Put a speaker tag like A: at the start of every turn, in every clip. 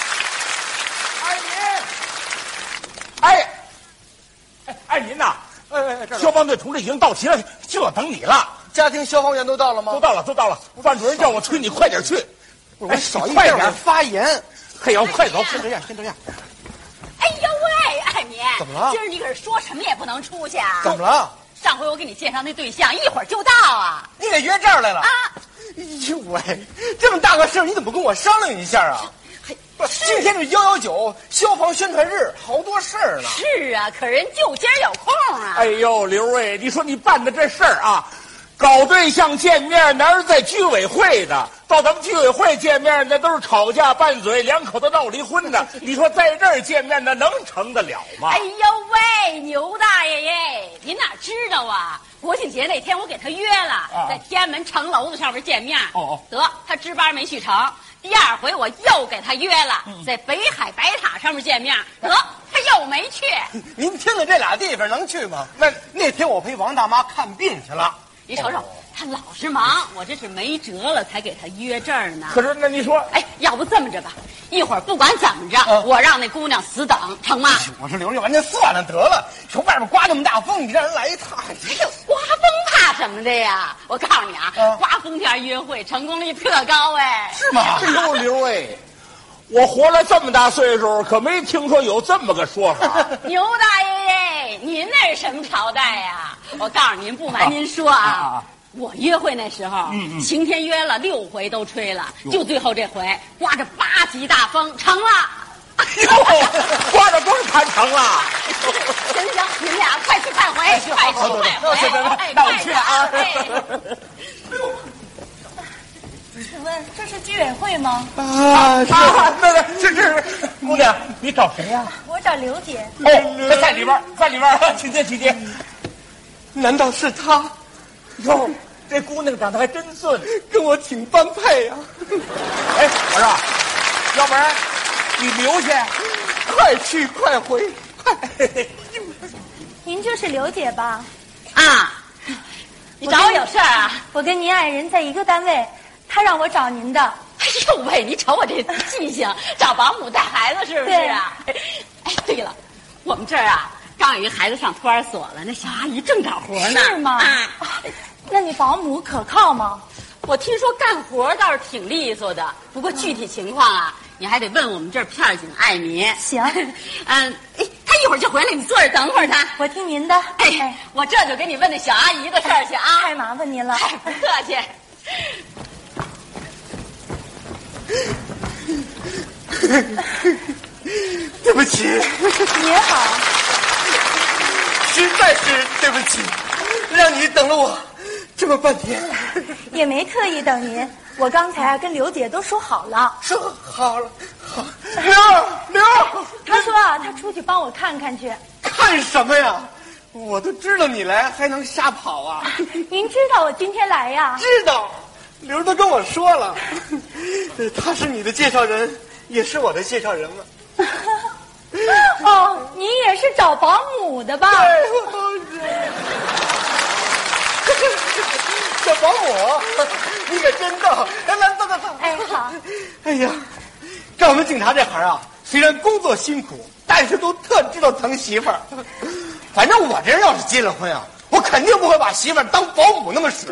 A: 哎这儿了
B: 消防队同志已经到齐了，就要等你了。
A: 家庭消防员都到了吗？
B: 都到了，都到了。范主任叫我催你快点去。哎
A: 不是我少一
B: 快
A: 点
B: 点
A: 儿发言。 哎
B: 嘿，要快走，
A: 先这样，先这样。
C: 哎呦喂，爱民，
A: 怎么了
C: 今儿你可是说什么也不能出去啊！
A: 怎么？了？
C: 上回我给你介绍那对象，一会儿就到啊！
A: 你给约这儿来了？
C: 啊，
A: 哎呦喂，这么大个事儿，你怎么不跟我商量一下啊？
C: 嘿
A: 不是，今天是幺幺九消防宣传日，好多事儿呢。
C: 是啊，可人就今儿有空啊。
B: 哎呦，刘卫，你说你办的这事儿啊，搞对象见面哪是在居委会的？到咱们居委会见面，那都是吵架拌嘴，两口子闹离婚的。你说在这儿见面，那能成得了吗
C: 哎？呦喂，牛大爷耶！您哪知道啊？国庆节那天我给他约了，
A: 啊
C: 在天安门城楼子上面见面。
B: 哦哦
C: 得他值班没去成。第二回我又给他约了，
A: 嗯
C: 在北海白塔上面见面。得他又没去。
A: 您听听这俩地方能去吗？那那天我陪王大妈看病去了，
C: 你瞅
A: 哦
C: 瞅，他老是忙，我这是没辙了才给他约这儿呢。
B: 可是那你说，
C: 哎，要不这么着吧，一会儿不管怎么着，
A: 嗯
C: 我让那姑娘死等，成吗？
A: 我说刘六，完就算了得了，说外边刮那么大风，你让人来一趟，
C: 哎呦，刮风怕什么的呀？我告诉你啊，
A: 嗯
C: 刮风天约会成功率特高哎。
A: 是吗？
B: 哎呦，刘卫，我活了这么大岁数，可没听说有这么个说 法。
C: 牛大爷耶，您那是什么朝代呀？我告诉您，不瞒您说
B: 啊啊嗯
C: 啊
B: 啊，
C: 我约会那时候，晴天约了六回都吹了，就最后这回刮着八级大风成了。
B: 哟，刮着风谈成了。
C: 行行，你们俩快去快回，
B: 哎
C: 快去
B: 那我去
C: 快回，哎
B: 那我
C: 快
B: 去
C: 点
B: 啊
C: 哎。
D: 请问这是居委会吗？
A: 啊，是
B: 啊，那个，这这，姑娘，你找谁呀、
D: 我找刘姐。
B: 哦，在里边儿，在里边
A: 啊
B: 儿，请进，请进。
A: 难道是他？
B: 哟，这姑娘长得还真俊。
A: 跟我挺般配呀、
B: 哎，我说，要不然你留下。
A: 快去快回，快！
D: 您就是刘姐吧？
C: 啊，你找我有事儿啊？
D: 我跟您爱人在一个单位，他让我找您的。
C: 哎呦喂，你瞅我这记性，找保姆带孩子是不是啊？哎，对了，我们这儿啊，刚有一孩子上托儿所了，那小阿姨正找活呢。
D: 是吗
C: 啊，
D: 那你保姆可靠吗？
C: 我听说干活倒是挺利索的，不过具体情况啊，你还得问我们这儿片儿警艾民。
D: 行
C: 嗯，哎，他一会儿就回来，你坐着等会儿他。
D: 我听您的。
C: 哎，，我这就给你问那小阿姨的事儿去啊。
D: 太麻烦您了。
C: 哎，不客气。
A: 对不起，
D: 您好，
A: 实在是对不起，让你等了我这么半天。
D: 也没特意等您。我刚才啊跟刘姐都说好了，
A: 说好了，好哎刘刘，
D: 她说啊她出去帮我看看去。
A: 看什么呀？我都知道你来，还能瞎跑啊？
D: 您知道我今天来呀？
A: 知道，刘都跟我说 了，呃他是你的介绍人，也是我的介绍人了。
C: 嗯
D: 哦，您也是找保姆的吧？
A: 哎呦，我都知道小保姆，你可真逗！来来，坐坐坐。
D: 哎，好，
A: 哎呀，干我们警察这行啊，虽然工作辛苦，但是都特知道疼媳妇儿。反正我这人要是结了婚啊，我肯定不会把媳妇儿当保姆那么使。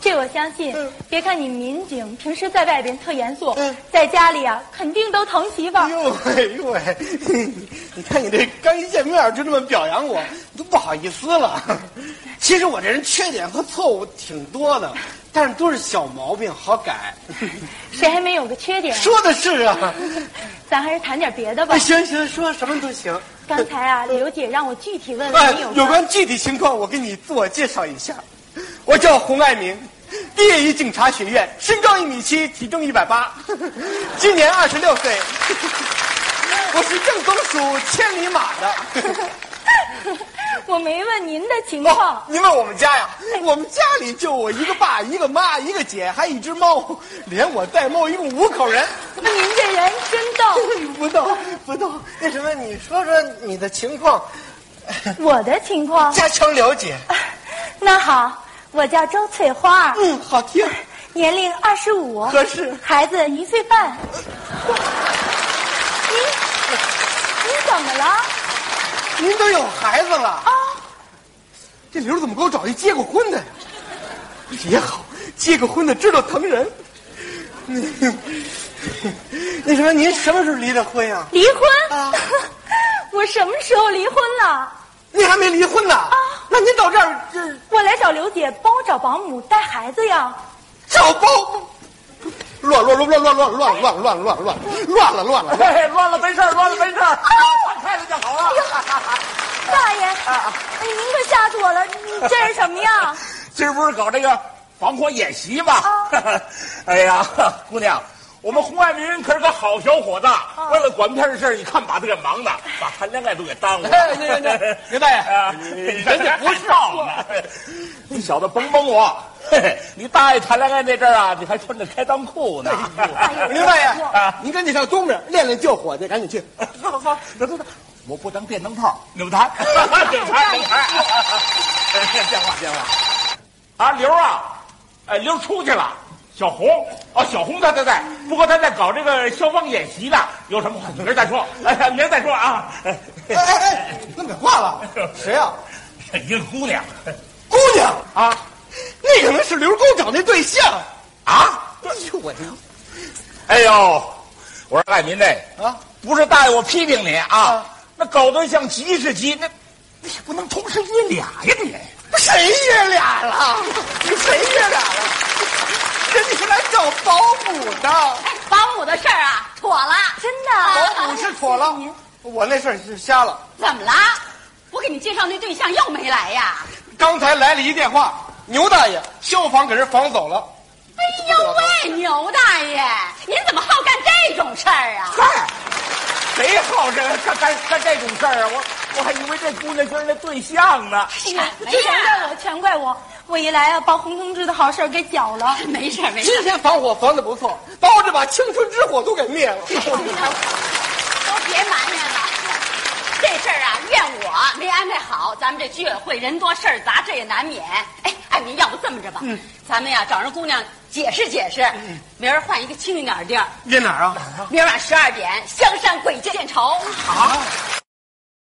D: 这我相信。别看你民警平时在外边特严肃
A: 嗯，
D: 在家里啊肯定都疼媳妇儿
A: 哎。呦喂呦喂，你看你这刚一见面就这么表扬我，你都不好意思了。其实我这人缺点和错误挺多的，但是都是小毛病，好改。
D: 谁还没有个缺点？
A: 说的是啊，
D: 咱还是谈点别的吧
A: 哎。行行，说什么都行。
D: 刚才啊，刘姐让我具体问
A: 哎
D: 问你，
A: 有
D: 有关
A: 关具体情况，我给你自我介绍一下，我叫洪爱民，毕业于警察学院，身高一米七，体重一百八，今年二十六岁， 我是正宗属千里马的。
D: 我没问您的情
A: 哦
D: 况，。
A: 您问我们家呀，我们家里就我一个爸，一个妈，一个姐，还一只猫，连我带猫一共五口 人。
D: 您这人真 逗。
A: 哎不动不动，那什么，你说说你的情况，
D: 我的情况，
A: 加强了解。
D: 那好，我叫周翠花，
A: 嗯，好听，
D: 年龄二十五，
A: 合适。嗯
D: 孩子一岁半。您您怎么了？哦
A: 您都有孩子了。
D: 啊，
A: 这刘怎么给我找一结过婚的呀？也好，结过婚的知道疼人。 那什么，您什么时候离的婚呀、
D: 离婚？
A: 啊
D: 我什么时候离婚了？
A: 您还没离婚呢？那您到这儿这
D: 我来找刘姐帮我找保姆带孩子呀。
A: 找包，乱乱乱乱乱乱乱乱乱乱乱乱了乱了。
B: 嘿，哎乱了没事儿乱了没事儿，放开了就好了。
D: 大爷，
A: 啊
D: 哎，您可吓死我了！你这是什么 呀？
B: 今儿不是搞这个防火演习吗
D: 啊？
B: 哎呀，姑娘，我们红爱民人可是个好小伙子，为了管片的事儿，你看把他给忙的，把谈恋爱都给耽误了哎
A: 哎那个那。
B: 刘 大爷，人家不是闹呢，你小子甭蒙我。嘿嘿，你大爷谈恋爱那阵儿啊，你还穿着开裆裤呢。
A: 刘大爷，您赶紧上东边练练救火去，赶紧去。
B: 好好，走走走，我不当电灯泡，扭台，扭台，扭台。电话，电话。啊，刘啊，哎，刘出去了。小红，哦，小红她在在，不过她在搞这个消防演习呢，有什么话明儿再说，哎，明儿再说啊。
A: 哎哎哎，那给挂了。谁呀、
B: 一个姑娘
A: 姑娘，
B: 啊
A: 那可能是刘沟长那对象。
B: 啊！
A: 哎呦我天
B: 哎呦，我说爱民这
A: 啊！
B: 不是大爷，我批评你啊，
A: 啊
B: 那搞对象急是急，那那也不能同时约俩呀，你。
A: 谁爷俩了？谁爷俩了？人家是来找保姆的，
C: 哎，保姆的事儿啊，妥了，
D: 真的？
A: 保姆啊是妥了。我那事儿是瞎了。
C: 怎么了？我给你介绍那对象又没来呀？
A: 刚才来了一电话，牛大爷，消防给人防走了。
C: 哎呦喂，牛大爷，您怎么好干这种事儿啊？
B: 嗨，谁好这干干干这种事儿啊？我我还以为这姑娘就是那对象呢。
C: 什么
D: 这全
C: 哎呀？
D: 怪我，全怪我！我一来啊，把洪同志的好事儿给搅了。
C: 没事儿没事儿，
A: 今天防火防的不错，把我这把青春之火都给灭了。
C: 都别埋怨了。这事儿啊，怨我没安排好。咱们这居委会人多事儿杂，这也难免。哎，艾民，要不这么着吧，咱们呀找人姑娘解释解释，明儿换一个清静点儿地儿，
A: 约哪儿啊？
C: 明儿晚十二点香山鬼街见愁。
A: 啊，